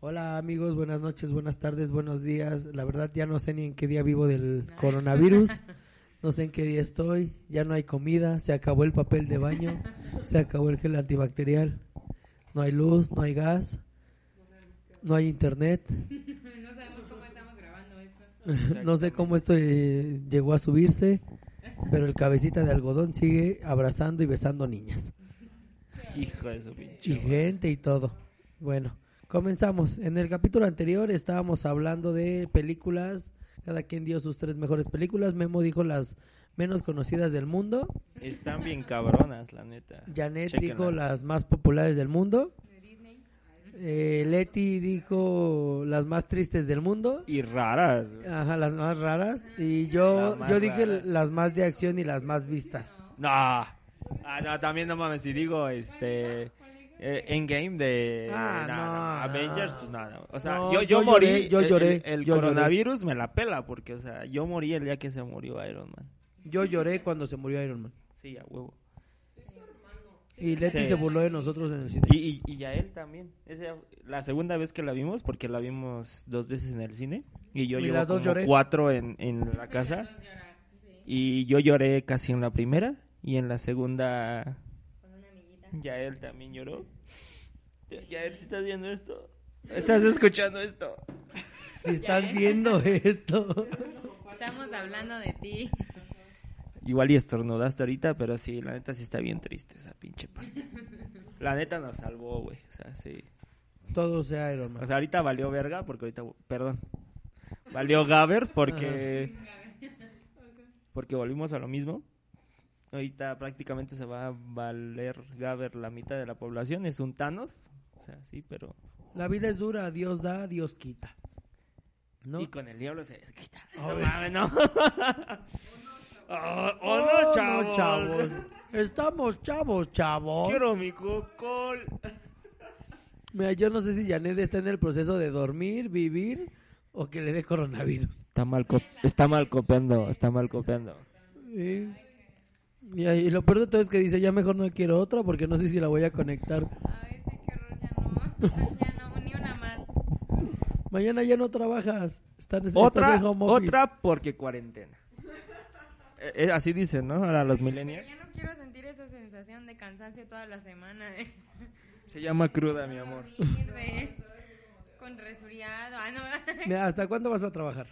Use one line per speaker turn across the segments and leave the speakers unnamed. Hola amigos, buenas noches, buenas tardes, buenos días. La verdad ya no sé ni en qué día vivo del coronavirus. No sé en qué día estoy. Ya no hay comida. Se acabó el papel de baño. Se acabó el gel antibacterial. No hay luz, no hay gas. No hay internet.
No sabemos cómo estamos grabando esto.
No sé cómo esto eh, llegó a subirse. Pero el cabecita de algodón sigue abrazando y besando niñas.
Hijo de su pinche.
y gente y todo. Bueno, comenzamos. En el capítulo anterior estábamos hablando de películas. Cada quien dio sus tres mejores películas. Memo dijo las menos conocidas del mundo.
Están bien cabronas, la neta.
Janet
Chéquenlas.
dijo las más populares del mundo. Eh, Leti dijo las más tristes del mundo.
Y raras. güey.
Ajá, las más raras. Y yo,
Las más
yo dije
raras.
las más de acción y las más vistas.
No. Ah, no, también no mames. Si digo, este. eh, Endgame de.
Ah,
no,
no, no.
Avengers, pues nada. O sea,
No,
yo,
yo
yo,
lloré,
morí.
yo
el-
lloré,
El, el
yo lloré.
coronavirus me la pela, porque, o sea, yo morí el día que se murió Iron Man.
Yo lloré cuando se murió Iron Man.
Sí, a huevo.
Y Leti
Sí.
se burló de nosotros en el cine.
Y, y, y a él también. Esa, la segunda vez que la vimos, porque la vimos dos veces en el cine. Y yo
Y
llevo
las dos
como
lloré.
cuatro en, en la casa. Y yo lloré casi en la primera. Y en la segunda,
Con una amiguita.
ya él también lloró. Ya él, si estás viendo esto, estás escuchando esto.
Si estás viendo esto.
Estamos hablando de ti.
Igual y estornudaste ahorita, pero sí, la neta sí está bien triste esa pinche parte. La neta nos salvó, güey. O sea, sí.
Todo sea Iron Man.
O sea, ahorita valió verga porque ahorita, perdón. Valió Gaber porque porque volvimos a lo mismo. Ahorita prácticamente se va a valer Gaber la mitad de la población, es un Thanos. O sea, sí, pero
La vida es dura, Dios da, Dios quita. ¿No?
y con el diablo se quita.
A
No
ver.
mames, no. oh, oh, no, chavos.
Estamos chavos, chavos.
Quiero mi cocol.
Mira, yo no sé si Janet está en el proceso de dormir, vivir o que le dé coronavirus.
Está mal co- está mal copiando, está mal copiando.
Y, y ahí- lo peor de todo es que dice, ya mejor no quiero otra porque no sé si la voy a conectar.
Ay, sí, qué horror, ya no. Ya no, ni una más.
Mañana ya no trabajas. Están,
Otra,
estás en home office.
otra porque cuarentena. Eh, eh, así dicen, ¿no? Ahora los millennials.
Ya no quiero sentir esa sensación de cansancio toda la semana. eh.
Se llama cruda, mi amor.
Dormir de- Con resfriado. Ah, no.
Mira, ¿hasta cuándo vas a trabajar?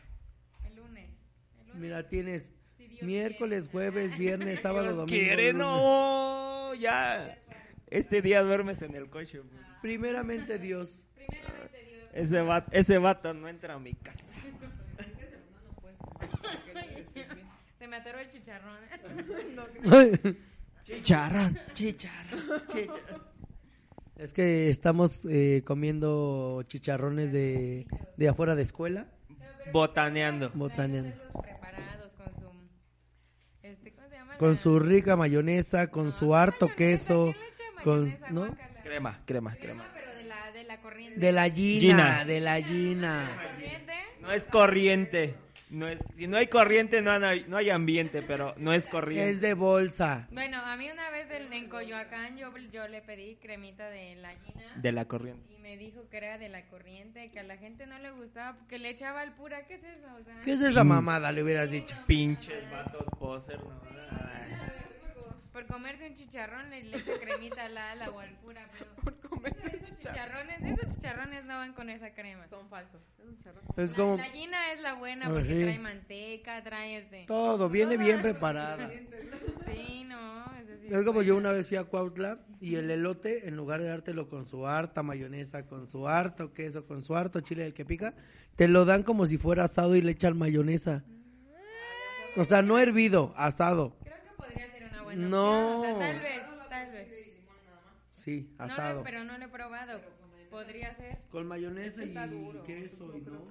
El lunes. El lunes.
Mira, tienes
Si Dios
miércoles, jueves, viernes, sábado,
Dios
domingo.
quiere,
lunes.
no. Ya. Este día duermes en el coche. güey.
Primeramente Dios.
Primeramente Dios.
Ese vato, ese vato no entra a mi casa.
Se me atoró el chicharrón.
Chicharrón, chicharrón, chicharrón.
Es que estamos eh, comiendo chicharrones de, de afuera de escuela,
Botaneando.
botaneando.
Esos preparados con su... Este, ¿Cómo se llama?
Con
La-
su rica mayonesa, con su harto queso, con, ¿no?
Crema, crema,
Crema,
crema.
pero de la, de la corriente.
De la gina,
Gina.
de la gina.
corriente.
No es corriente. No es, si no hay corriente, no hay, no hay ambiente, pero no es
Es
corriente.
de bolsa.
Bueno, a mí una vez en, en Coyoacán yo, yo le pedí cremita de la gina
De la corriente.
y me dijo que era de la corriente, que a la gente no le gustaba, que le echaba al pura. ¿Qué es eso? O sea,
¿Qué es esa mamada? Le hubieras dicho.
Pinches vatos poser, no. ay.
Por comerse un chicharrón le, le echa cremita al ala o al pura. Pero Por comerse un chicharrón. Chicharrones, esos chicharrones no van con esa crema.
Son falsos. Es un charro.
Es
La-
como
La gallina es la buena
Ah,
porque
sí.
trae manteca, trae este...
todo, viene bien preparada.
Sí, pues, no, es decir...
Es como yo una vez fui a Cuautla y el elote, en lugar de dártelo con su harta mayonesa, con su harto queso, con su harto chile del que pica, te lo dan como si fuera asado y le echan mayonesa. O sea, no hervido, asado.
Creo que podría ser una buena
No.
opción, o sea, tal vez, tal vez.
Sí,
No lo-
asado.
pero no lo he probado. Podría ser.
Con mayonesa y queso y no.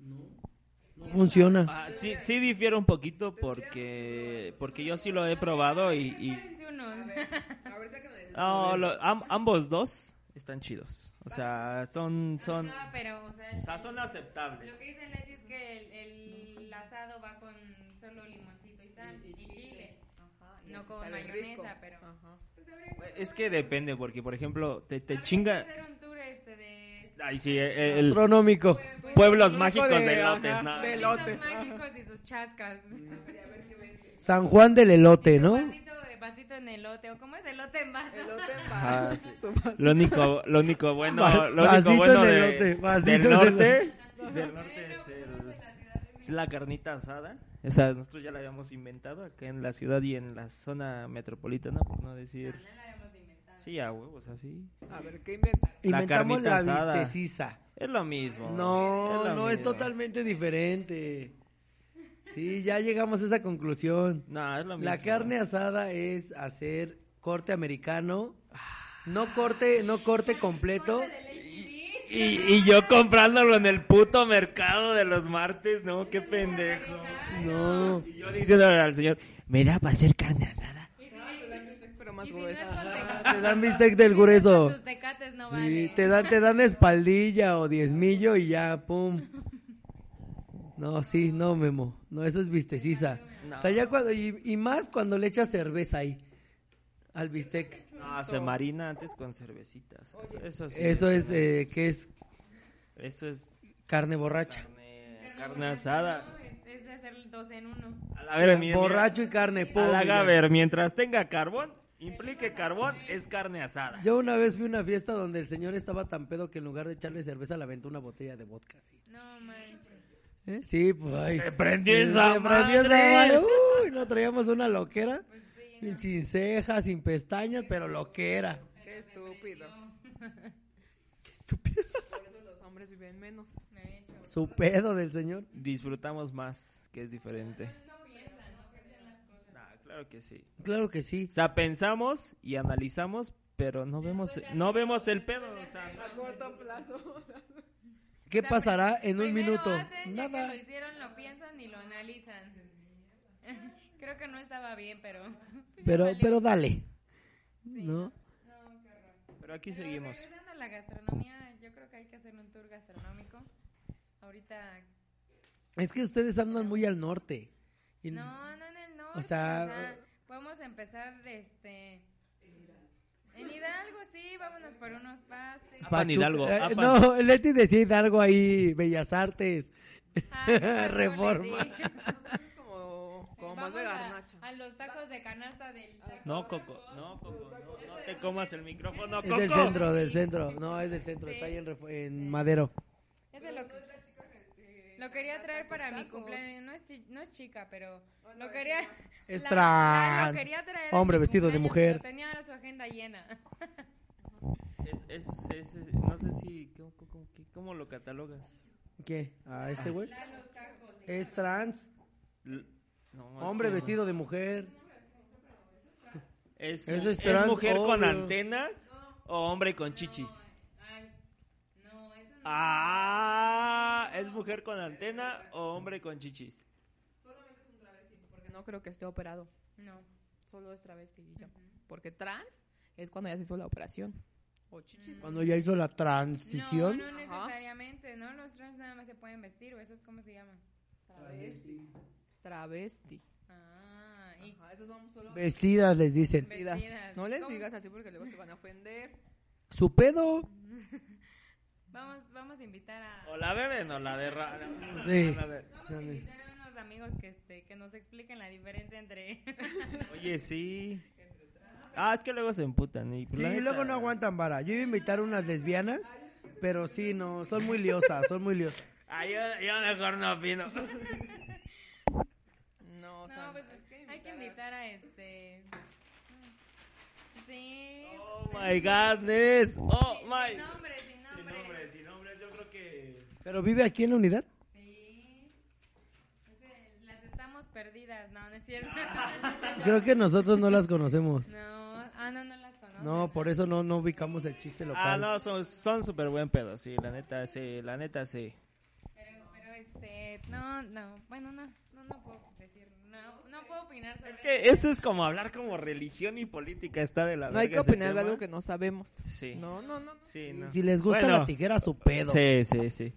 No funciona.
Ah, sí, sí difiere un poquito porque porque yo sí lo he probado y, y-
Prepárense unos.
A ver, sáquenme de-
no, lo- am- ambos dos están chidos. O sea, son son
No, pero, o sea,
o sea, son
lo que
aceptables.
dice Leti es que el, el asado va con solo limoncito y sal y, chile.
Ajá,
No
así
con
sabe
mayonesa,
rico.
pero-
Ajá.
Es que depende porque por ejemplo te, te
Habría que
chinga
hacer un tour este de
Ay, sí, eh, el-
Astronómico.
pueblos
Grupo
mágicos
de-
de elotes,
ajá,
¿no?
Los
de elotes, ajá.
mágicos y sus chascas.
San Juan del Elote, ¿no?
Vasito, vasito en elote. ¿O cómo es elote en vaso?
Elote en
Ah,
Ajá,
vaso.
sí.
Su vaso.
Lo único, lo único bueno,
Va-
lo
vasito
único bueno
en
de-
elote, vasito en
del norte, del norte es, el- es la carnita asada. O sea, nosotros ya la habíamos inventado acá en la ciudad y en la zona metropolitana, por no decir.
No la habíamos inventado.
Sí, a huevos, así.
A ver, ¿qué inventan?
La
Inventamos
carnita
la
asada.
vistecisa.
Es lo mismo.
No,
lo
no es
mismo.
totalmente diferente. Sí, ya llegamos a esa conclusión.
No, es lo mismo.
La carne asada es hacer corte americano.
Ah.
No corte, no corte completo.
Corte del HD.
Y, y yo comprándolo en el puto mercado de los martes, ¿no? Qué pendejo.
No.
Y yo diciéndole al señor, ¿me da para hacer carne asada?
Y si-
Pero más
y si no es
gruesa.
con tecates,
Te dan bistec del grueso.
con tus tecates no
Sí,
vale.
te dan, te dan espaldilla o diezmillo y ya, pum. No, sí, no, Memo. No, eso es visteciza. O sea, ya cuando, y, y más cuando le echas cerveza ahí al bistec.
No, se marina antes con cervecitas. Eso, eso sí.
Eso es, eh, que es
Eso es
carne borracha.
carne, carne asada.
Es, es de hacer dos en uno.
A la vera, mira, mira.
Borracho y carne,
A
pum,
la
mira.
gaber, mientras tenga carbón, implique carbón, es carne asada.
Yo una vez fui a una fiesta donde el señor estaba tan pedo que en lugar de echarle cerveza le aventó una botella de vodka. así.
No manches.
¿Eh? Sí, pues ay.
¡Se prendió
Sí,
esa
se prendió esa
madre!
madre. Uy, no traíamos una loquera.
Pues
Sin cejas, sin pestañas, pero loquera.
Qué estúpido. Por eso los hombres viven menos.
Su pedo del señor.
Disfrutamos más, que es
Pues
diferente. No, claro que sí.
Claro que sí.
O sea, pensamos y analizamos, pero no vemos, no vemos el pedo. O sea,
A corto plazo. o sea,
¿Qué
O sea,
pasará
pri-
en un
primero
minuto?
hacen, ya que
Nada.
lo hicieron, lo piensan y lo analizan. Creo que no estaba bien, pero. pues ya
Pero,
valió.
pero dale. ¿No?
pero aquí
Pero
seguimos.
Regresando a la gastronomía, yo creo que hay que hacer un tour gastronómico. Ahorita.
Es que ustedes andan muy al norte. Y-
No, no en el norte.
O sea,
podemos empezar este. En Hidalgo, sí, vámonos por unos pastes.
Apan
Pachuca-
Hidalgo,
eh,
Apan.
no, Leti decía Hidalgo ahí, Bellas Artes.
Ay, qué
Reforma.
bonito.
Es como, como más de
Vamos a-
garnacha.
A, los tacos de canasta del.
No, Coco, no, Coco, no, no te comas el micrófono,
Es del
Coco.
centro, del centro. No, es del centro, está ahí en, Refo- en Madero.
Ese lo, lo quería traer para mi cumpleaños. No es, chi- no es chica, pero lo quería.
Es
la-
trans.
la- lo quería traer a
Hombre
mi
vestido de
cumpleaños,
mujer.
pero tenía ahora su agenda llena.
Es, es, es- es- no sé si, ¿cómo, cómo- qué- cómo lo catalogas?
¿Qué? ¿A este güey? Es trans,
L- no, es
hombre
que-
vestido de mujer.
Es,
Eso es
es
trans,
mujer con
obvio.
antena o hombre con chichis?
Ay, no, eso no.
Ah, ¿es mujer con antena o hombre con chichis?
Porque no creo que esté operado.
No.
Solo es travesti y ya. Porque trans es cuando ya se hizo la operación. O
Mm.
chichis.
Cuando ya hizo la
No,
transición.
no
Ajá.
necesariamente, ¿no? Los trans nada más se pueden vestir, o eso es como se llama.
Travesti. Travesti.
Ah, y
Ajá, esos son solo
Vestidas, les dicen.
vestidas.
vestidas.
No les
¿Cómo?
digas así porque luego se van a ofender.
Su pedo.
vamos, vamos a invitar a.
O la beben o la derraman.
Sí.
Vamos a invitar a unos amigos que, este, que nos expliquen la diferencia entre.
Oye, sí. Ah, es que luego se emputan. Y,
Sí, y luego no aguantan vara. Yo iba a invitar unas lesbianas, pero sí, no, son muy liosas, son muy liosas.
Ah, yo, yo mejor no opino.
No, o sea,
No, pues hay que invitar a este. Sí.
Oh my godness. Oh my.
Sin nombre, sin
Sin
nombre.
nombres, sin nombres, yo creo que.
¿Pero vive aquí en la unidad?
Sí. Ese- Las estamos perdidas, no, no es cierto.
Creo que nosotros no las conocemos.
No, ah, no, no las conozco.
No, por eso no, no ubicamos el chiste
Ah,
local.
no, son son súper buen pedo. Sí, la neta, sí, la neta, sí.
Pero, pero este, no, no, bueno, no, no, no puedo decir, no, no puedo opinar sobre
Es que esto es como hablar como religión y política. Está de la
no hay
verga
que
ese
opinar de
tema.
algo que no sabemos.
Sí.
No, no, no. no.
Sí, no.
Si les gusta
Bueno,
la tijera, su pedo.
Sí, sí, sí.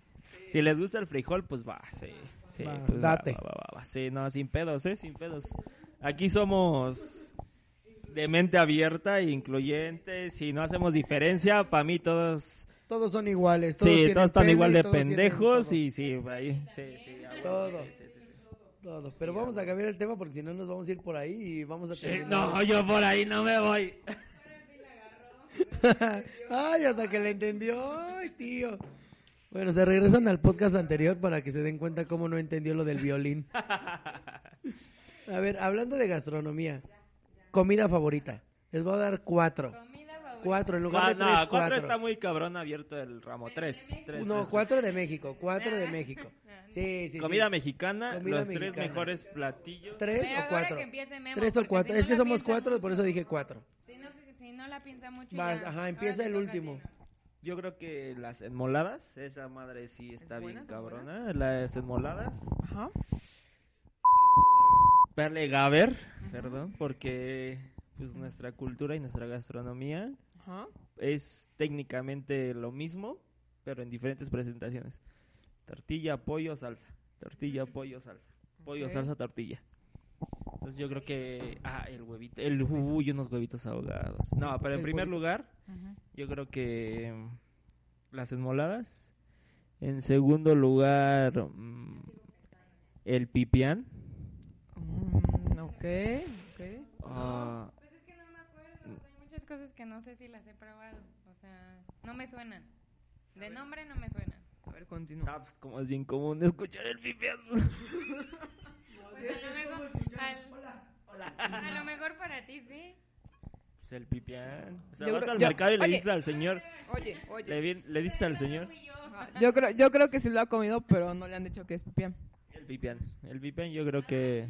Si les gusta el frijol, pues va, sí. sí,
Va,
pues
date.
Va, va, va, va. Sí, no, sin pedos, ¿eh? Sin pedos. Aquí somos de mente abierta e incluyente. Si no hacemos diferencia, para mí todos,
todos son iguales. Todos
Sí,
tienen
todos están
pene
igual
y
de
todos tienen
pendejos
todo.
y sí, por ahí. Sí, sí, a huevo,
Todo.
sí, sí, sí, sí.
Todo. Pero vamos a cambiar el tema porque si no nos vamos a ir por ahí y vamos a
Sí,
terminar.
No, yo por ahí no me voy.
Ay, hasta que le entendió, ay, tío. Bueno, se regresan al podcast anterior para que se den cuenta cómo no entendió lo del violín. A ver, hablando de gastronomía, comida favorita. Les voy a dar cuatro.
Comida favorita.
Cuatro, en lugar
Ah,
de
no,
tres,
cuatro,
cuatro.
está muy cabrón abierto el ramo. Tres. tres,
No,
tres.
cuatro de México, cuatro de México. Sí, sí, sí.
Comida mexicana,
Comida
los
mexicana.
tres mejores platillos.
¿Tres
Pero
o
ahora
cuatro?
que empiece Memo,
Tres
porque
o
si
cuatro.
no
Es que
la
somos
piensa
cuatro,
mucho.
por eso dije cuatro.
Si no, si no la piensa mucho.
Vas,
ya.
ajá,
Ahora
empieza
te
el
toca a ti,
último.
¿no?
Yo creo que las enmoladas, esa madre sí está
¿Es
bien
buena, son buenas?
cabrona. Las enmoladas.
Ajá.
Perle Gaber, perdón, porque pues nuestra cultura y nuestra gastronomía
Ajá.
es técnicamente lo mismo, pero en diferentes presentaciones. Tortilla, pollo, salsa. Tortilla, pollo, salsa. Pollo,
Ok.
salsa, tortilla. Entonces yo creo que... Ah, el huevito. El, uy, unos huevitos ahogados. No, pero en
El
primer
huevito.
lugar,
Ajá.
yo creo que mm, las enmoladas. En segundo lugar, mm, el pipián.
Mm, ok, ok.
Ah,
Pues es que no me acuerdo. o sea, hay muchas cosas que no sé si las he probado. O sea, no me suenan. De nombre no me suenan.
A ver, continúa.
ah, pues, como es bien común escuchar el pipián.
Pues a lo mejor. al- A lo mejor para ti sí.
Pues el pipián. O sea,
Yo
vas
creo-
al
yo-
mercado y le
oye.
dices al señor...
Oye, oye.
Le, vi- le dices al señor.
Fui yo.
Ah,
Ajá, Ah, Yo creo, yo creo que sí lo ha comido, pero no le han dicho que es pipián.
El pipián. El pipián yo creo que...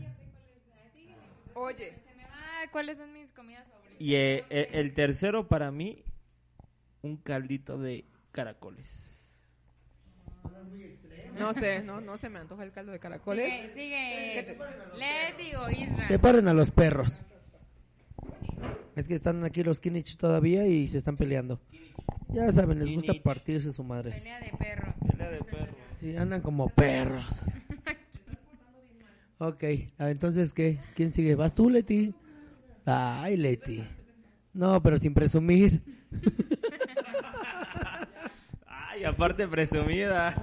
Oye.
Se me va. Ah, ¿Cuáles son mis comidas favoritas?
Y eh, eh, el tercero para mí, un caldito de caracoles.
No sé, no, no se me antoja el caldo de caracoles.
Sigue, sigue. Leti o Israel.
Separen a los perros. Es que están aquí los Kinich todavía y se están peleando. Ya saben, les gusta
Kinich.
partirse su madre.
Pelea de perros.
de perro.
Y andan como perros. Ok, ah, entonces, ¿qué? ¿Quién sigue? ¿Vas tú, Leti? Ay, Leti. No, pero sin presumir.
Ay, aparte presumida.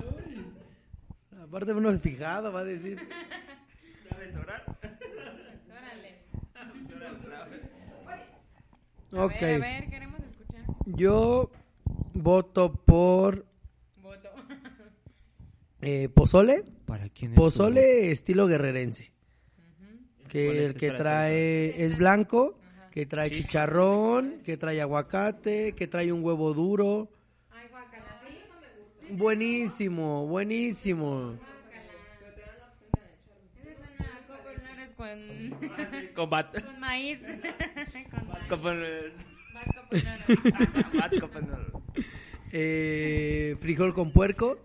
Aparte uno es fijado, va a decir.
¿Sabes orar?
Órale. A
Ok,
ver, a ver, queremos escuchar.
yo voto por
Voto.
eh, Pozole.
¿Para quién
Pozole estilo guerrerense.
¿Cuál
Que
es
el
el
que
trazo?
trae es blanco, que trae chicharrón, que trae aguacate, que trae un huevo duro.
Ay, guacala, ¿sí?
Buenísimo, buenísimo.
Esa es una carbonara con,
Combat.
con maíz. con maíz. Va carbonara.
Eh, frijol con puerco.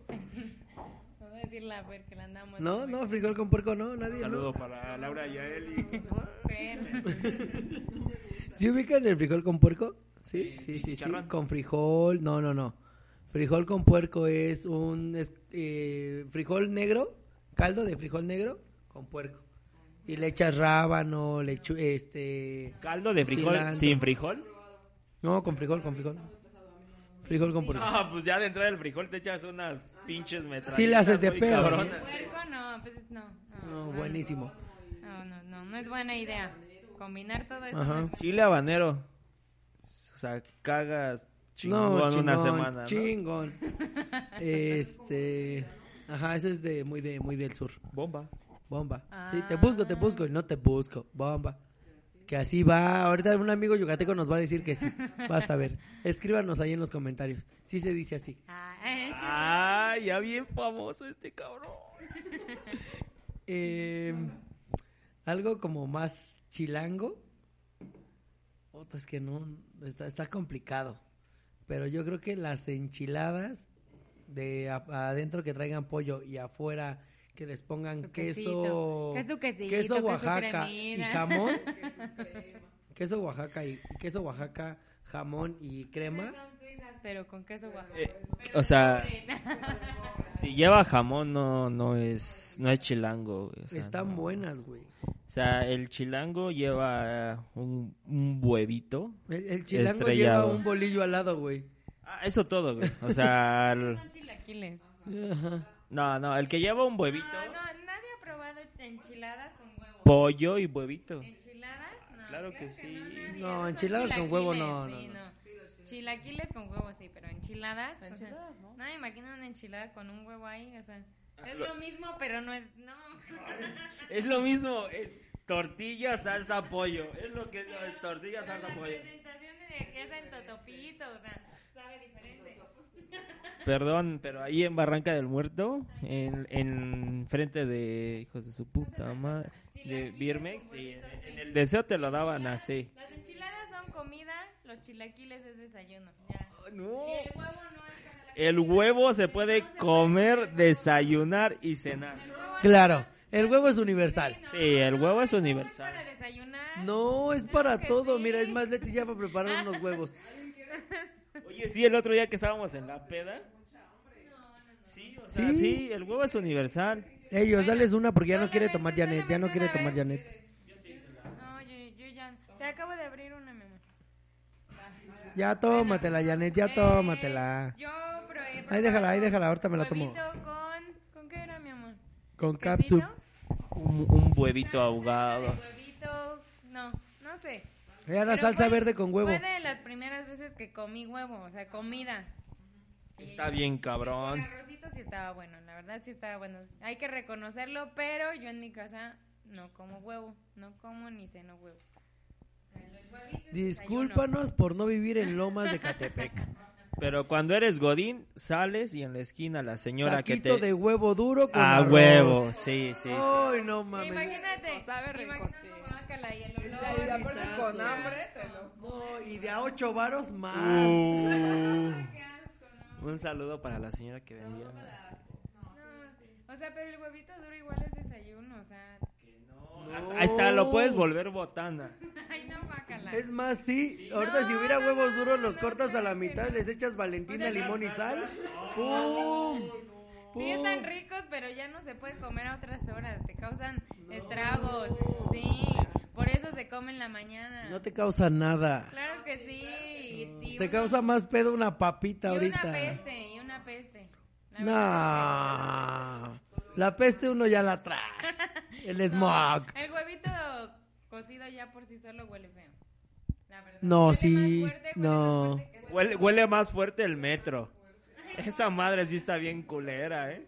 Vamos a decirla porque la andamos.
No, no, frijol con puerco no, nadie. ¿no?
para Laura y a él.
Pero-
¿Sí ubican el frijol con puerco? Sí,
Sí,
sí,
sí,
sí, sí.
chicharrón.
Con frijol, no, no, no. Frijol con puerco es un es- eh, frijol negro, caldo de frijol negro con puerco. Y le echas rábano, lechu este...
¿Caldo de frijol
Cilantro.
sin frijol?
No, con frijol, con frijol. Frijol con puerco.
Ah, pues ya de entrar el frijol te echas unas pinches metralletas.
Sí, le haces de
muy
pedo, ¿no?
cabronas.
Puerco no, pues no. No,
No,
no,
buenísimo.
No, no, no, no es buena idea. Combinar todo eso.
Ajá.
no es buena-
Chile habanero. O sea, cagas chingón,
no, chingón,
una semana. ¿no?
chingón. Este... Ajá, eso es de muy de muy del sur.
Bomba.
Bomba. Sí, te busco, te busco y no te busco. Bomba. Que así va. Ahorita un amigo yucateco nos va a decir que sí. Vas a ver. Escríbanos ahí en los comentarios. Sí se dice así.
Ah, eh.
Ah, ya bien famoso este cabrón.
Eh, algo como más chilango. Otra es que no. Está, está complicado. Pero yo creo que las enchiladas de a- adentro que traigan pollo y afuera que les pongan
Su
queso.
quesito. Queso quesillito,
queso
queso
Oaxaca y
cremita.
jamón. queso Oaxaca y queso Oaxaca, jamón y crema.
Son suizas, pero con queso Oaxaca.
Eh, o sea, si lleva jamón no no es no es chilango. güey, o sea,
Están
no.
buenas, güey.
O sea, el chilango lleva eh, un, un huevito.
El, el chilango lleva
Estrellado.
un bolillo al lado, güey.
Ah, eso todo, güey. O sea, el-
Son chilaquiles.
Ajá.
no, no, el que lleva un huevito,
No, no, nadie ha probado enchiladas con huevo.
pollo y huevito.
¿Enchiladas? No,
Claro que sí.
nadie.
No,
Esos
enchiladas con huevo, no,
chilaquiles,
no,
sí, no. Chilaquiles con huevo, sí, pero enchiladas. o sea,
Enchiladas, ¿no?
No me imagino una enchilada con un huevo ahí, o sea, es lo mismo, pero no es, no,
Es lo mismo, es tortilla, salsa, pollo. Es lo que es, es tortilla,
Pero
salsa,
la
pollo.
presentación de que es en Totopito, o sea, sabe diferente.
Perdón, pero ahí en Barranca del Muerto, en, en frente de hijos de su puta madre, de Birmex, y en, en el deseo te lo daban así.
Las enchiladas son comida, los chilaquiles es desayuno, ya. Y el huevo
No.
no es para la
Oh. El
comida.
huevo se puede comer, desayunar y cenar.
El huevo no-
Claro, el huevo es universal.
no,
Sí, el huevo es
no
universal.
para desayunar.
No, es para
Claro que
todo.
sí.
Mira, es más, Leti ya va a
Ah.
preparar unos huevos.
Oye, sí, el otro día que estábamos en la peda. Sí, o sea,
Sí.
sí, el huevo es universal.
Ellos, dales una porque ya no quiere
Solamente-
tomar Janet, ya no quiere
solamente
tomar
una vez.
Janet.
No, yo, yo ya. Te acabo de abrir una, mi amor.
Ya tómatela, Janet, ya tómatela.
Eh, yo probé.
Ahí déjala, ahí déjala, ahorita me la tomo.
huevito Con, ¿Con qué era, mi amor?
Con
¿Quesito?
capsup.
Un, un huevito ahogado.
Huevito. No, no sé.
Era
Pero
salsa
fue-
verde con huevo.
Fue de las primeras veces que comí huevo, o sea, comida.
Está bien
Con
cabrón.
arrocito sí estaba bueno, la verdad sí estaba bueno. Hay que reconocerlo, pero yo en mi casa no como huevo, no como ni ceno huevo. O sea, los huevitos desayuno.
Discúlpanos por no vivir en Lomas de Catepec.
Pero cuando eres godín, sales y en la esquina la señora
Taquito
que te...
de huevo duro con
A
arroz.
huevo, sí, sí, sí.
Ay, no
Sí,
mames.
Imagínate,
No sabe
imagínate
rico, sí.
guácala y el
La vida
olor.
aparte con hambre, te lo-
No, y de a ocho varos más. Oh.
Uh.
Ah, Qué asco,
Mm.
no.
Un saludo para la señora que vendía.
No, O sea, pero el huevito duro igual es desayuno, o sea,
No.
Hasta- Ahí está, lo puedes volver botana.
ay no guácala.
Es más, sí. Ahorita si hubiera
no,
huevos
no,
duros los
no,
cortas a la
no,
mitad,
no.
les echas Valentina,
O sea,
limón y sal. ¡Pum!
Sí están
¡Pum!
ricos, pero ya no se puede comer a otras horas, te causan estragos. Sí, por eso se come en la mañana.
No te causa nada.
Claro que sí. y
Te
una-
causa más pedo una papita
y
ahorita.
una peste, y una peste. La verdad,
No. La peste uno ya la trae. El smog.
El huevito cocido ya por sí solo huele feo. La verdad.
No,
Huele
sí,
más fuerte, huele
no.
más fuerte que-
Huele, huele más fuerte el metro. Esa madre sí está bien culera, ¿eh?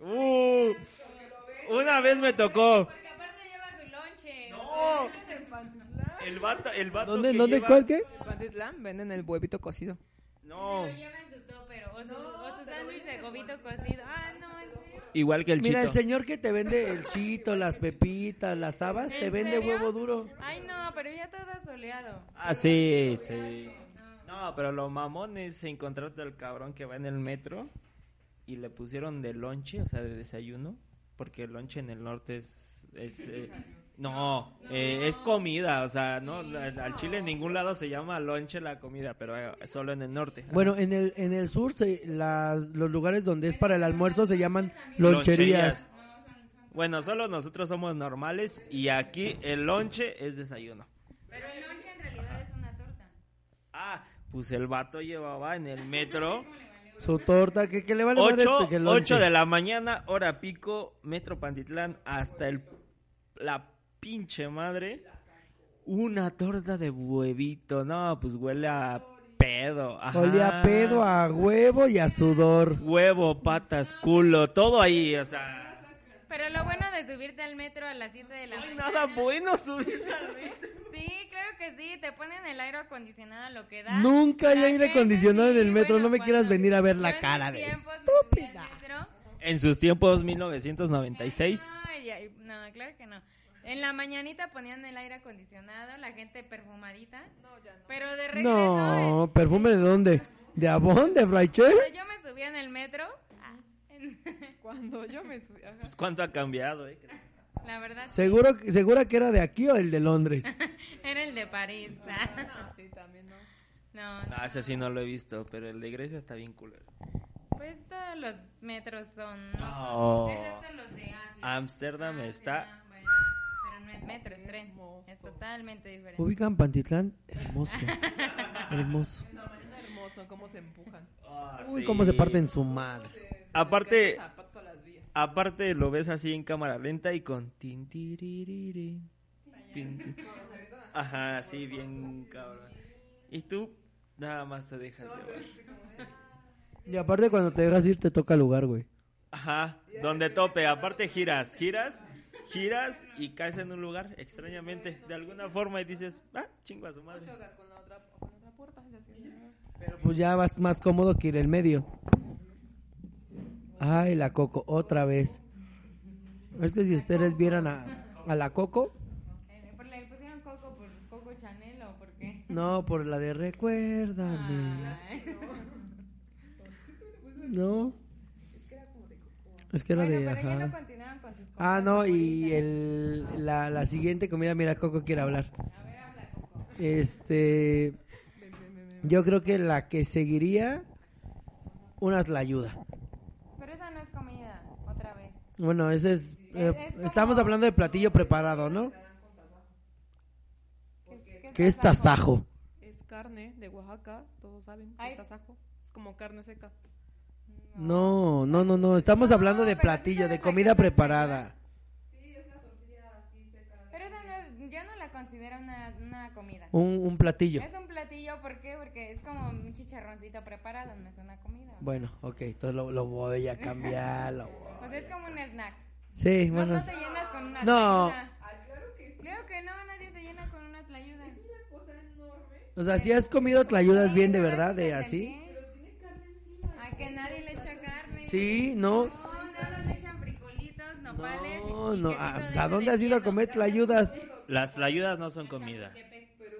Uh, una vez me tocó.
Porque aparte lleva su lonche.
No.
En Pantitlán.
El vato, el vato
¿Dónde,
que
dónde,
lleva-
cuál qué?
En Pantitlán venden el huevito cocido.
No,
Lo lleva en su topper o su, o su sándwich de huevito cocido. Ah, no, en serio.
igual que el
Mira, el
chito.
señor que te vende el chito, las pepitas, las habas, te
¿En
vende
serio?
huevo duro.
Ay, no, pero ya todo soleado.
Ah, sí, sí. No, pero lo mamón es encontrarte al cabrón que va en el metro y le pusieron de lonche, o sea, de desayuno, porque el lonche en el norte es... es, eh, no, eh, es comida, o sea, no, la- la- al Chile en ningún lado se llama lonche la comida, pero eh, solo en el norte.
Bueno, en el, en el sur, se- las, los lugares donde es para el almuerzo se llaman loncherías.
Bueno, solo nosotros somos normales y aquí el lonche es desayuno.
Pero el lonche en realidad es una torta.
Ah, pues el vato llevaba en el metro...
Su torta, que, que le vale madre
8,
este que el lonche.
de la mañana, hora pico, Metro Pantitlán, hasta el la pinche madre. Una torta de huevito, no, pues huele a pedo. ajá.
Olía a pedo, a huevo y a sudor.
Huevo, patas, culo, todo ahí, o sea.
Pero lo bueno de subirte al metro a las 7 de la
No hay
mañana.
nada bueno subir al metro.
Sí, claro que sí, te ponen el aire acondicionado a lo que da.
Nunca hay
La
aire
gente
acondicionado en
sí,
el metro,
bueno,
no me quieras
cuando-
venir a ver
yo
la
en
cara
mis
de
tiempos me
estúpida.
subí al metro.
En sus tiempos, 1996.
Ay, ay, no, claro que no. En la mañanita ponían el aire acondicionado, la gente perfumadita. Pero de regreso.
No, perfume de dónde? ¿De Avon? ¿De Fraiche?
este, Cuando yo me subía en el metro, ah,
Cuando yo me subí. ajá.
Pues cuánto ha cambiado, eh.
la verdad,
Seguro, segura que era de aquí o el de Londres.
era el de París. ah.
No, sí, también no.
No,
No, ese sí no lo he visto, pero el de Grecia está bien culero.
pues todos los metros son.
No.
Excepto los de Asia.
Ámsterdam
Ah, sí,
está.
no, bueno, pero no es metro, es tren. Es totalmente diferente.
Ubican Pantitlán, hermoso. Hermoso.
cómo son, cómo se empujan.
Uy, cómo se parte en su madre.
ah, Aparte-
Los zapatos a las vías.
Aparte lo ves así en cámara lenta y con tin, tiririri, tin, tin. Ajá, así bien cabrón. Y tú nada más te dejas llevar.
Y aparte cuando te dejas ir te toca lugar, güey.
Ajá, donde tope, aparte giras, giras, giras y caes en un lugar extrañamente de alguna forma y dices, "Ah, chingo a su madre."
Chogas con la otra, con la otra puerta. es así.
Pero pues ya vas más cómodo que ir el medio. Ay, la Coco, otra vez. Es que si ustedes vieran a, a la Coco,
Eh, ¿Por le pusieron Coco por Coco Chanel o por qué?
no, por la de recuérdame.
Ay.
No. Es que era
Bueno,
de...
pero ya no
Ajá.
continuaron con sus cosas.
Ah, no, y el, la, la siguiente comida, mira, Coco quiere hablar. Este, yo creo que la que seguiría, una es la ayuda.
Pero esa no es comida, otra vez.
Bueno, ese es, eh,
Es- es como-
estamos hablando de platillo preparado, ¿no?
¿Qué,
¿Qué es tasajo?
Es carne de Oaxaca, todos saben. que
Ay.
Es tasajo. Es como carne seca.
No, no, no, no, estamos hablando de
pero sí
platillo,
sabes
de
a
comida
qué te
preparada.
Pero esa no es, yo no la considero una, una comida.
Un, un platillo.
Es un platillo, ¿por qué? Porque es como un chicharroncito preparado, no es una comida. o sea.
Bueno, ok, entonces lo, lo voy a cambiar. lo voy
O
a-
sea, Pues es como un snack.
Sí,
No,
bueno.
no
es-
te llenas con una
No.
tlayuda. Creo que no, nadie se llena con una tlayuda.
O sea, si has comido tlayudas bien de
Sí,
verdad,
te
de así.
entendí. A que nadie le echa carne.
Sí,
No,
no.
nada más le echan frijolitos, nopales.
No,
y
no.
quesito de
¿A,
ese
a dónde
de
has ido a
queso.
comer tlayudas?
Las ayudas no son comida.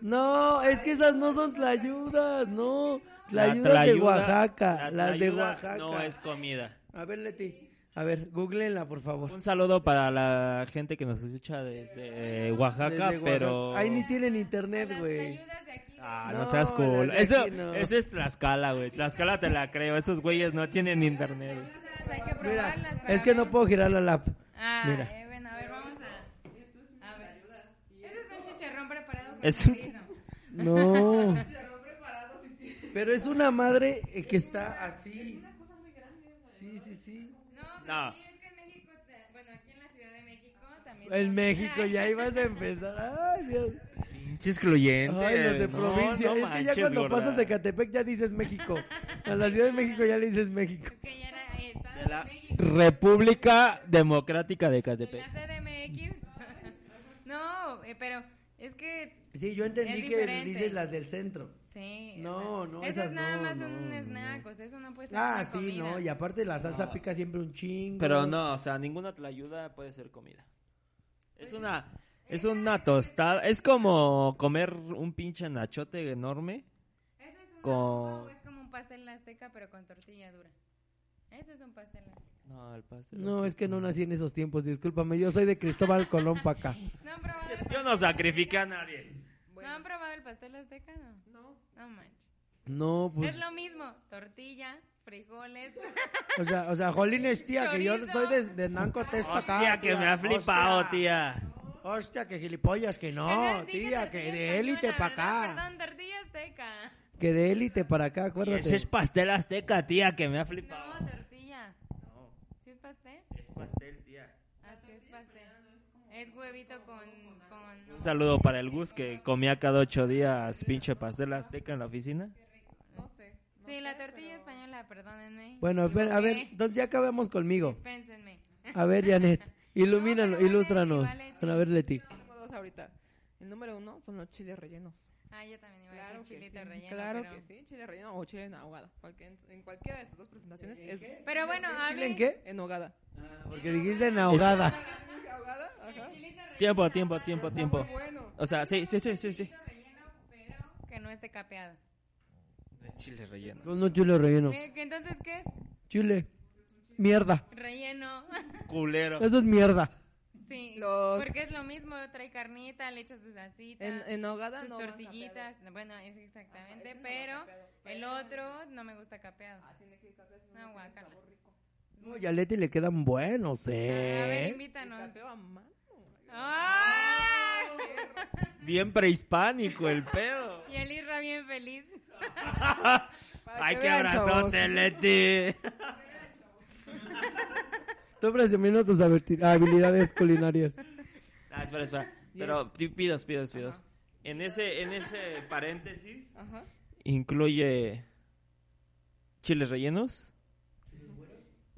No, es que esas no son tlayudas, no.
La
Tlayudas de
tlayuda-
Oaxaca,
la
las de
tlayuda
Oaxaca.
No es comida.
A ver, Leti, a ver, googleenla, por favor.
Un saludo para la gente que nos escucha desde eh, Oaxaca,
Desde Oaxaca.
pero
Ahí ni tienen internet,
Las
güey.
tlayudas de aquí.
Ah,
No,
no, seas cool.
las de
Eso,
aquí no.
eso es Tlaxcala, güey. Tlaxcala te la creo. Esos güeyes no tienen internet. güey.
Entonces, Hay que
Mira,
probarlas. para
es que no
ver.
puedo girar la lap.
Ah,
Mira.
eh, bueno, a ver, vamos a. A ver. Ese es un chicharrón preparado con
Es un-
chorizo.
No. Pero es una madre eh, que está así. Sí, sí, sí.
No,
No.
no. es que en México, te- bueno, aquí en la Ciudad de México también.
En México ya ibas a empezar. Ay, Dios.
Pinche excluyente.
Ay, los de
No,
provincia.
no
es que ya
manches,
cuando
gorda.
pasas de Catepec ya dices México. A la Ciudad de México ya le dices México.
Es que ya era eh, Estado
De
de,
la
México.
República Democrática de
De
Catepec.
la CDMX. no, eh, pero es que.
Sí, yo entendí
Es
que
diferente.
dices las del centro.
Sí.
No,
o sea,
no,
Eso
esas
es nada
no,
más
no,
un
no.
snack, o sea, eso no puede ser.
Ah,
una
sí,
comida.
no. Y aparte la salsa pica siempre un chingo.
Pero no, o sea, ninguna ayuda puede ser comida. Es una, es una tostada. Es como comer un pinche nachote enorme.
Eso es un
Con-
adobo, es como un pastel azteca, pero con tortilla dura. Eso es un pastel azteca.
No, el pastel.
No, es que no nací en esos tiempos. Discúlpame, yo soy de Cristóbal Colón para acá.
¿No han probado, el,
Yo no sacrifiqué a nadie.
¿no han probado el pastel azteca? No,
No,
no manches.
No, pues.
Es lo mismo, tortilla, frijoles.
O sea, o sea, Jolines, tía, que yo
Chorizo.
soy de, de Nanco Tez para acá.
Hostia, que
tía.
me ha flipado,
Hostia.
tía.
Hostia, que gilipollas, que no,
Entonces dije
tía,
tortilla
que de élite para
española, ¿verdad?
acá.
Perdón, tortilla azteca.
Que de élite para acá,
Y Ese es
acuérdate.
pastel azteca, tía, que me ha flipado.
No, tortilla.
No,
¿Sí es pastel?
es pastel, tía.
Así es pastel. Es huevito con... con
Un saludo para el Gus que comía cada ocho días pinche pastel azteca en la oficina.
no sé. no
Sí,
sé,
la tortilla
pero-
española, perdónenme.
Bueno, a ver, a ver,
Ok,
entonces ya acabamos conmigo.
Dispénsenme.
A ver, Janet, ilumínanos,
vale,
ilústranos.
vale.
Bueno, a ver, Leti.
Tengo dos ahorita. El número uno son los chiles rellenos.
Ah, yo también iba a
Claro
decir
que
chilito
sí.
relleno.
Claro
pero...
que sí, chile relleno o chile en ahogada. Cualquier- en cualquiera de esas dos presentaciones es
Pero bueno, a
¿Chile en
mí-
qué?
en ahogada.
Porque dijiste en ahogada.
¿Ahogada? Ajá. Ah,
Tiempo, tiempo, tiempo, tiempo.
Bueno,
O sea, sí, sí, sí, sí, sí.
Chilito relleno, pero que no esté capeado.
Chile relleno.
Pues no, chile relleno.
Eh, que Entonces, ¿qué es?
Chile. Mierda.
Relleno.
Culero.
Eso es mierda.
Sí,
Los-
porque es lo mismo, trae carnita, le echas su salsita,
en, en ahogada
sus
no van
tortillitas, bueno, es exactamente,
Ajá, ese no
pero
va capeado,
el
pero-
otro no me gusta capeado.
capeados. Ah, tiene que ir capeado, si no,
No,
no tiene
guácala.
sabor rico.
No, y a Leti le quedan buenos,
A ver,
¿eh?
El
invítanos.
capeo a mano.
¡Ah!
Bien prehispánico el pedo.
Y el Isra bien feliz.
Para
Ay,
que
qué
vean,
abrazote,
chavos.
Leti.
Tú presumiendo tus haberti- habilidades culinarias.
Ah, espera, espera. Pero ti- pidos, pidos, pidos. En ese, en ese paréntesis
Ajá.
incluye chiles rellenos.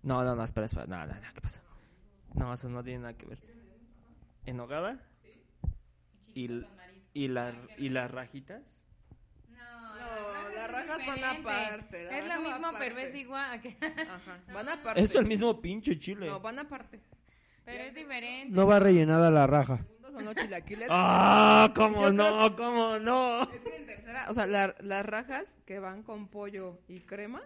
No, no, no, espera, espera. No, no, no, ¿qué pasa? No, eso no tiene nada que ver. En hogada y, l- y, la, y las rajitas.
No,
No,
las
las
rajas
rajas
es
van
diferente.
aparte, las
Es lo
rajas van
mismo,
aparte.
pero es igual. a que-
Ajá. Van aparte.
Es el mismo pinche chile.
No, van aparte.
Pero es diferente.
No va rellenada la raja.
Unos son los chilaquiles.
¡Ah! ¿Cómo
Yo creo
no? ¿Cómo no?
Es que en tercera, o sea, la- las rajas que van con pollo y crema.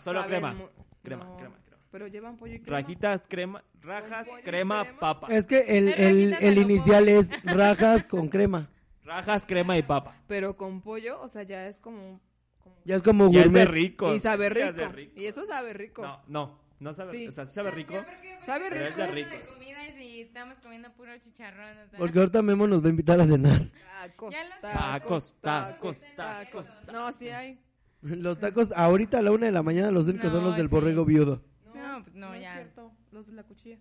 Solo
saben
crema.
mu-
Crema,
no,
crema, crema.
Pero llevan pollo y crema.
Rajitas, crema, rajas,
pollo y
crema,
crema.
papa.
Es que el,
Las
el,
rajitas
el
a lo
inicial es rajas con crema.
Rajas, crema y papa.
Pero con pollo, o sea, ya es como. un- como-
Ya es como
Ya es de
gourmet.
rico.
y sabe
Ya
rico.
es de rico.
Y eso sabe rico.
No, no, no sabe,
Sí.
o sea, sí sabe rico.
Sabe
Pero es
rico.
de
de
ricos.
comida y si estamos comiendo puro chicharrón. o sea,
Porque ahorita Memo nos va a invitar a cenar.
Tacos,
Ya lo-
Tacos, tacos, tacos.
No, sí hay.
Los tacos, ahorita a la una de la mañana, los únicos son
No,
los del
sí.
borrego viudo.
No, pues no, ya.
es cierto. Los de la cuchilla.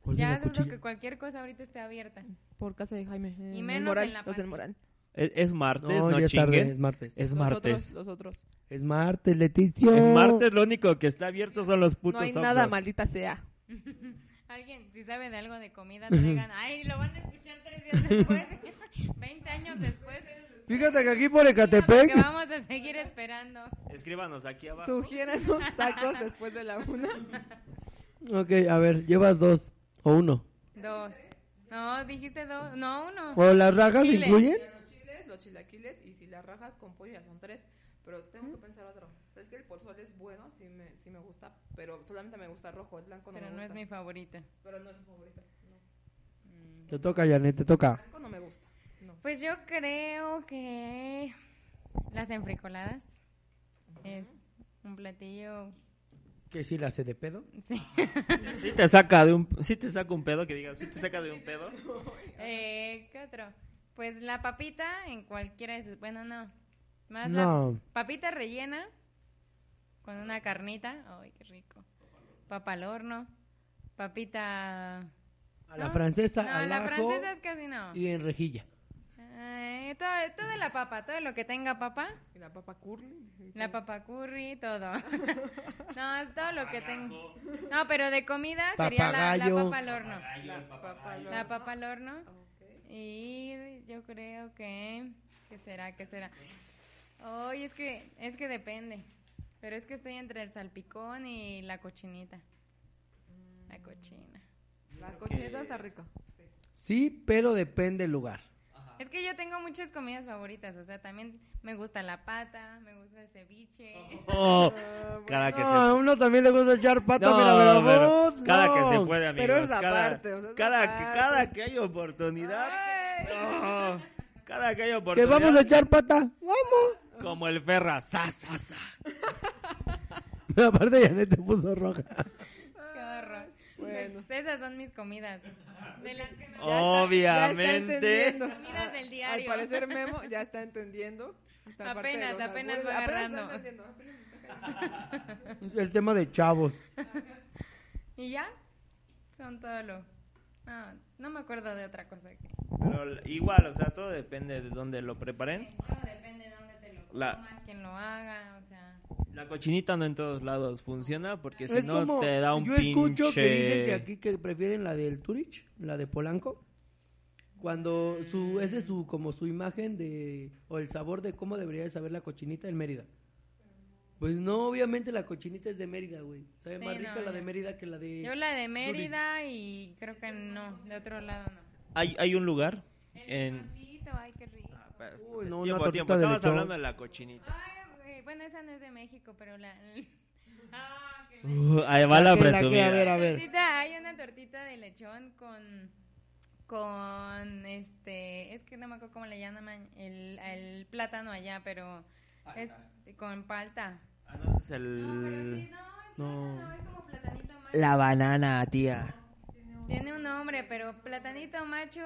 ¿Cuál de
ya
la
dudo
cuchilla?
que cualquier cosa ahorita esté abierta.
Por casa de Jaime. en el
menos
Moral,
en la
Los del
pan-
Moral.
Es, es martes,
No,
no,
ya es tarde, es
chinguen.
martes.
Es
Los
martes.
Otros, los otros.
Es martes, Leticia.
En martes lo único que está abierto son los
No
putos
hay nada,
Oxxos.
maldita sea.
Alguien, si sabe de algo de comida, traigan. Ay, lo van a escuchar tres días después. 20 años después.
Fíjate que aquí por
Porque
Ecatepec.
vamos a seguir esperando.
Escríbanos aquí abajo.
Sugieran los tacos después de la una.
Ok, a ver, llevas dos o uno.
Dos. No, dijiste dos. No, uno.
¿O las rajas
Chile.
incluyen?
Los chiles, los chilaquiles y si las rajas con pollo ya son tres. Pero tengo que pensar otro. Sabes que el pozole es bueno, sí me, sí me gusta, pero solamente me gusta rojo, el blanco no
Pero
me
no es
gusta.
mi favorita.
Pero no es mi favorito. no.
Mm.
Te toca, Janet, te toca.
Blanco no me gusta. No.
Pues yo creo que las enfrijoladas es un platillo.
¿Que si la hace de pedo?
Sí.
Sí te saca de un sí te saca un pedo que digas, sí te saca de un pedo.
Eh, ¿Qué otro? Pues la papita en cualquiera de sus. Bueno, no. Más
No.
La papita rellena con una carnita. Ay, qué rico. Papa al horno. Papita.
A la
No,
francesa,
No,
al
la
ajo
francesa es casi no.
y en rejilla.
Ay, todo- toda la papa, todo lo que tenga papa.
Y la papa curly.
La papa curry, todo. no, es todo lo que tenga. No, pero de comida sería la, la
Papagayo.
papa al horno.
La papa.
La papa al horno.
Ok.
Y yo creo que ¿qué será? ¿Qué será? Hoy es que es que depende. Pero es que estoy entre el salpicón y la cochinita. La cochina.
La cochinita está rica. Sí.
Sí, pero depende el lugar.
Es que yo tengo muchas comidas favoritas, o sea, también me gusta la pata, me gusta el ceviche.
Oh, cada que
No,
se
a uno también le gusta echar pata,
No,
mira, pero
pero
vos,
cada
no.
que se puede, amigos.
Pero es la
cada,
parte, o sea, es la
cada,
parte.
que, cada que hay oportunidad. no, cada que hay
Que
oportunidad.
vamos a echar pata, vamos.
Como el Ferra. sa, sa, sa.
Aparte, Janet se puso roja.
Qué horror. Pues esas son mis comidas. De las que me-
Oh. Ya está
Obviamente.
entendiendo.
Comidas del
Al
diario.
parecer Memo ya está entendiendo. esta parte de
Apenas,
los
apenas
albures.
va
Apenas está
agarrando.
entendiendo, apenas.
El tema de chavos.
Y ya, son todo lo... Ah, no me acuerdo de otra cosa que...
Pero igual, o sea, todo depende de dónde lo preparen.
Todo depende de dónde te lo
La-
comas, quién lo haga, o sea...
La cochinita no en todos lados funciona porque si
es
no
como,
te da un
yo
pinche.
escucho que dicen que aquí que prefieren la del Turich, la de Polanco. Cuando su, ese es su, como su imagen de, o el sabor de cómo debería de saber la cochinita en Mérida. Pues no, obviamente la cochinita es de Mérida, güey. Sabe
Sí,
más
no,
rica la
yo-
de Mérida que la de...
Yo la de Mérida y creo que no, de otro lado no.
Hay, hay un lugar
El
en.
pancito, ay, qué rico.
Uy, no, una
tiempo,
tortita
tiempo.
de
Estabas
lechón.
hablando de la cochinita.
Ay, güey, bueno, esa no es de México, pero la... Ah, qué rico.
Uh, ahí va la,
Que la que-
presumida.
a ver, a ver.
Tortita, hay una tortita de lechón con con este es que no me acuerdo cómo le llaman el, el plátano allá pero es con palta
Ah, no, ese es
no pero sí
el.
no es
No.
plátano, es como platanito macho
La banana, tía.
tiene un nombre pero platanito macho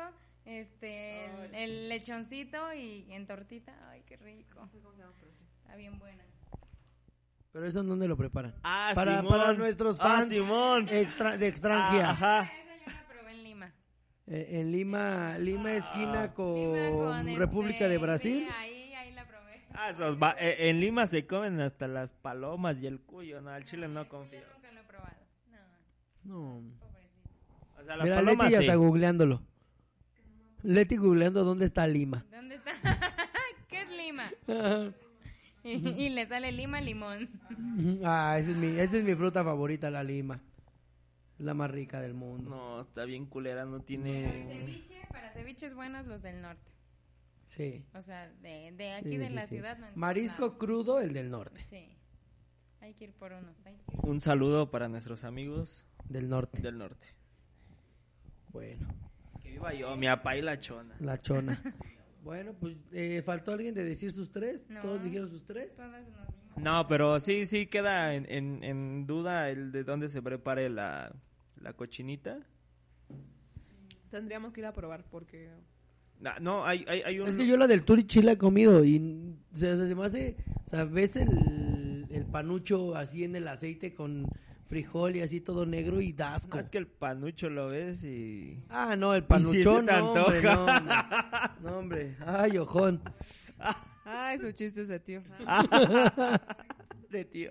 este,
Ay.
el, el lechoncito y en tortita. Ay, qué rico.
No sé cómo se llama, pero sí.
Está bien buena.
Pero eso en dónde lo preparan.
Ah,
Para-
Simón.
para nuestros
Ah,
fans.
Simón. Ah,
Extra, de extranjía.
Ajá.
Esa yo la probé en Lima.
Eh, en Lima, Lima esquina con,
Ah. Lima con,
Oh, República
este,
de
sí,
Brasil.
ahí, ahí la probé.
Ah, esos va- eh, en Lima se comen hasta las palomas y el cuyo. No, al chile no
el cuyo
confío.
nunca lo he probado. No,
No.
pobrecito.
O sea, las
Mira,
palomas
Leti ya
sí.
está googleándolo. Leti googleando dónde está Lima.
¿Dónde está? ¿Qué es Lima? Y, y le sale Lima limón.
ah, esa es, mi, esa es mi fruta favorita, la Lima. La más rica del mundo.
No, está bien culera, no
Para
tiene...
ceviche, para ceviches buenos los del norte.
Sí.
O sea, de, de aquí
Sí,
de
sí,
la
sí.
ciudad. no en
Marisco
todos
crudo, el del norte.
lados. Sí. Hay que ir por unos. Hay que ir.
Un saludo para nuestros amigos
Del norte.
del norte.
Bueno,
Que viva yo, mi apá y la chona.
la chona. bueno, pues eh, faltó alguien de decir sus tres.
No.
Todos dijeron sus tres.
Todas nos vimos.
No, pero sí, sí queda en, en- en duda el de dónde se prepare la, la cochinita.
Tendríamos que ir a probar porque
Na- No, hay, hay, hay un...
Es que yo la del Turichi la he comido y o sea, se me hace, o sea, ves el, el panucho así en el aceite con frijol y así todo negro y das
No, es que el panucho lo ves y...
Ah, no, el
Y si se
panuchón,
te
no, hombre,
antoja.
no, hombre, no, hombre. ay, ojón.
Ay, su chiste es de tío.
De tío.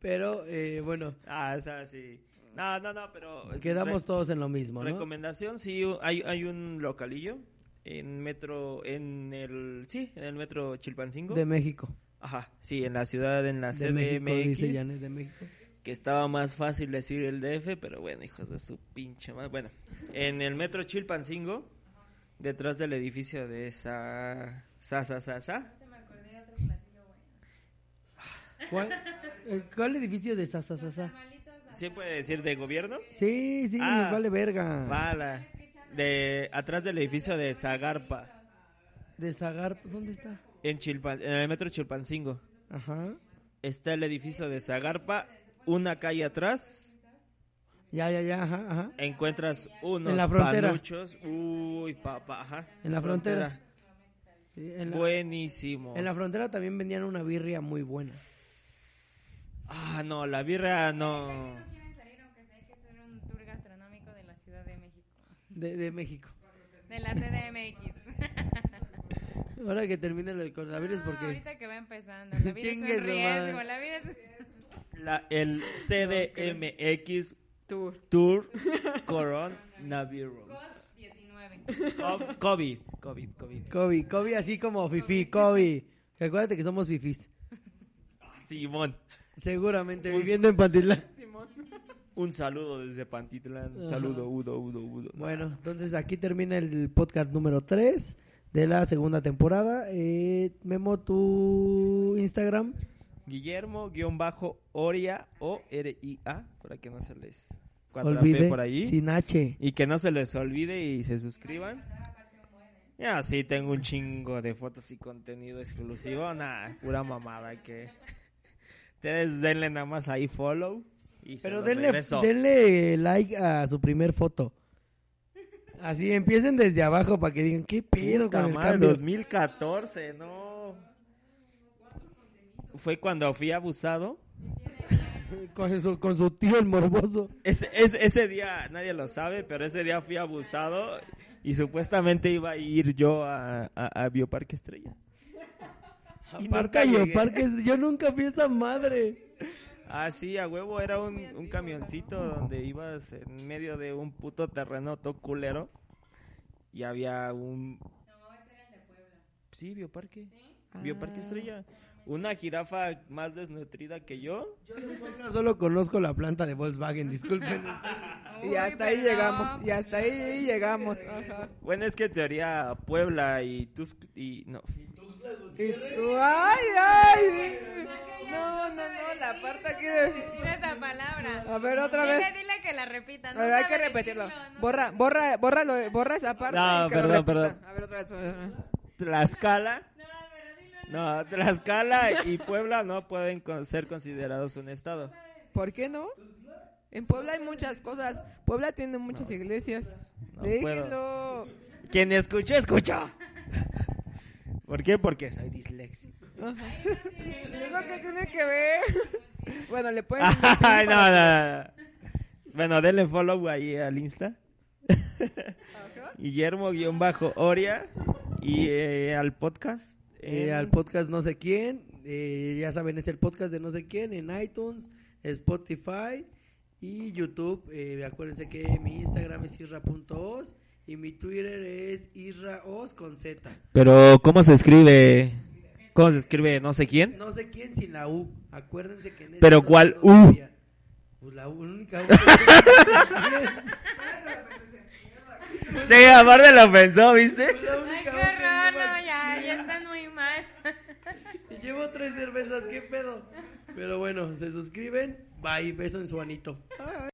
Pero, eh, bueno,
Ah, o sea, sí. No, no, no, pero...
quedamos todos en lo mismo, ¿no?
Recomendación, sí, hay, hay un localillo en metro, en el, sí, en el metro Chilpancingo.
De México,
Ajá, sí, en la ciudad, en la
de México, dice
CDMX,
Janet, de México.
que estaba más fácil decir el DF, pero bueno, hijos de su pinche madre. Bueno, en el metro Chilpancingo, detrás del edificio de esa, sa, sa, sa, sa,
No me acordé de otro platillo bueno.
¿Cuál, eh, cuál edificio de Sasa, Sasa?
Tamalitos así.
¿se puede decir de gobierno?
Sí, sí,
Ah.
nos vale verga.
Va a la- de, atrás del edificio de Zagarpa,
De Zagar, pues, ¿dónde está?
en, Chilpan, en el metro Chilpancingo.
Ajá.
está el edificio de Zagarpa, una calle atrás
Ya, ya, ya, ajá, ajá.
encuentras unos
En la frontera.
panuchos. Uy, papá, ajá.
En la frontera. Sí, en la-
Buenísimo.
En la frontera también vendían una birria muy buena.
Ah, no, la birra no.
No quieren salir aunque sea que hacer un tour gastronómico de la Ciudad de México.
De, de México.
De la CDMX.
Ahora que termine el coronavirus,
No,
porque.
Ahorita que va empezando. La vida es un
Chingue su
riesgo.
madre.
La vida es...
La- el CDMX
Tour.
Tour Coronavirus.
COVID-19.
Co- COVID, COVID, COVID.
Kobe, Kobe, así como Fifi, Kobe. Que acuérdate que somos Fifis.
Simón,
Seguramente viviendo en Pantitlán.
un saludo desde Pantitlán. Un saludo, Udo, Udo, Udo.
Bueno, entonces aquí termina el podcast número 3 de la segunda temporada. Eh, Memo, tu Instagram.
Guillermo-Oria, O-R-I-A, para que no se les cuatrape
Olvide.
por ahí.
Sin H.
Y que no se les olvide y se suscriban. Ya, sí, tengo un chingo de fotos y contenido exclusivo. Nah, pura mamada que... Ustedes denle nada más ahí follow. Y
Pero
se los
denle,
regreso.
denle like a su primer foto. Así empiecen desde abajo para que digan, ¿qué pedo
Puta
con el
madre,
cambio?
2014, no. Fue cuando fui abusado.
Con su, con su tío el morboso.
Ese, ese, ese día, nadie lo sabe, pero ese día fui abusado y supuestamente iba a ir yo a, a, a Bioparque Estrella. Y
Aparte,
nunca
yo,
llegué.
parques, yo nunca fui a esa madre.
Ah, sí, a huevo, era un, un camioncito donde ibas en medio de un puto terreno todo culero y había un... Sí, Bioparque. Bioparque Estrella. Una jirafa más desnutrida que yo.
Yo de Puebla solo conozco la planta de Volkswagen, disculpen.
Y hasta ahí llegamos. Y hasta ahí llegamos. Ajá.
Bueno, es que en teoría Puebla y Tus... Y, no,
Y tú, ay, ay. No, no, no, la parte aquí de.
Dile esa palabra.
A ver, otra vez.
Dile, dile que la repita. no
A ver, hay que
sabe
repetirlo.
decirlo, no
Borra, borra, borra, borra esa parte.
No,
y que lo
perdón,
repita.
perdón.
A ver, otra vez.
Tlaxcala.
sabe. No, pero dilo. no
No, Tlaxcala y Puebla no pueden con- ser considerados un estado.
¿Por qué no? En Puebla hay muchas cosas. Puebla tiene muchas iglesias.
No
Déjenlo.
Quien escucha, escucha. ¿Por qué? Porque soy disléxico.
Digo que tiene que ver. Bueno, le pueden.
Ay, pues, no, no, no. Bueno, denle follow ahí al Insta. Guillermo-Oria. Y eh, al podcast.
Eh,
en-
al podcast no sé quién. eh, ya saben, es el podcast de no sé quién en iTunes, Spotify y YouTube. Eh, acuérdense que mi Instagram es isra.os y mi Twitter es israos con Z.
Pero, ¿cómo se escribe? ¿Cómo se escribe no sé quién?
No sé quién sin la U. Acuérdense que en este
Pero
no
¿cuál
se
U?
sabía. Pues la U, la única U. que-
Sí, aparte lo pensó, ¿viste?
la
Ay,
única
qué
U que
horror,
llevo
no, ya,
aquí.
ya están muy mal.
Y llevo tres cervezas, ¿qué pedo? Pero bueno, se suscriben. Bye, beso en su anito. Bye.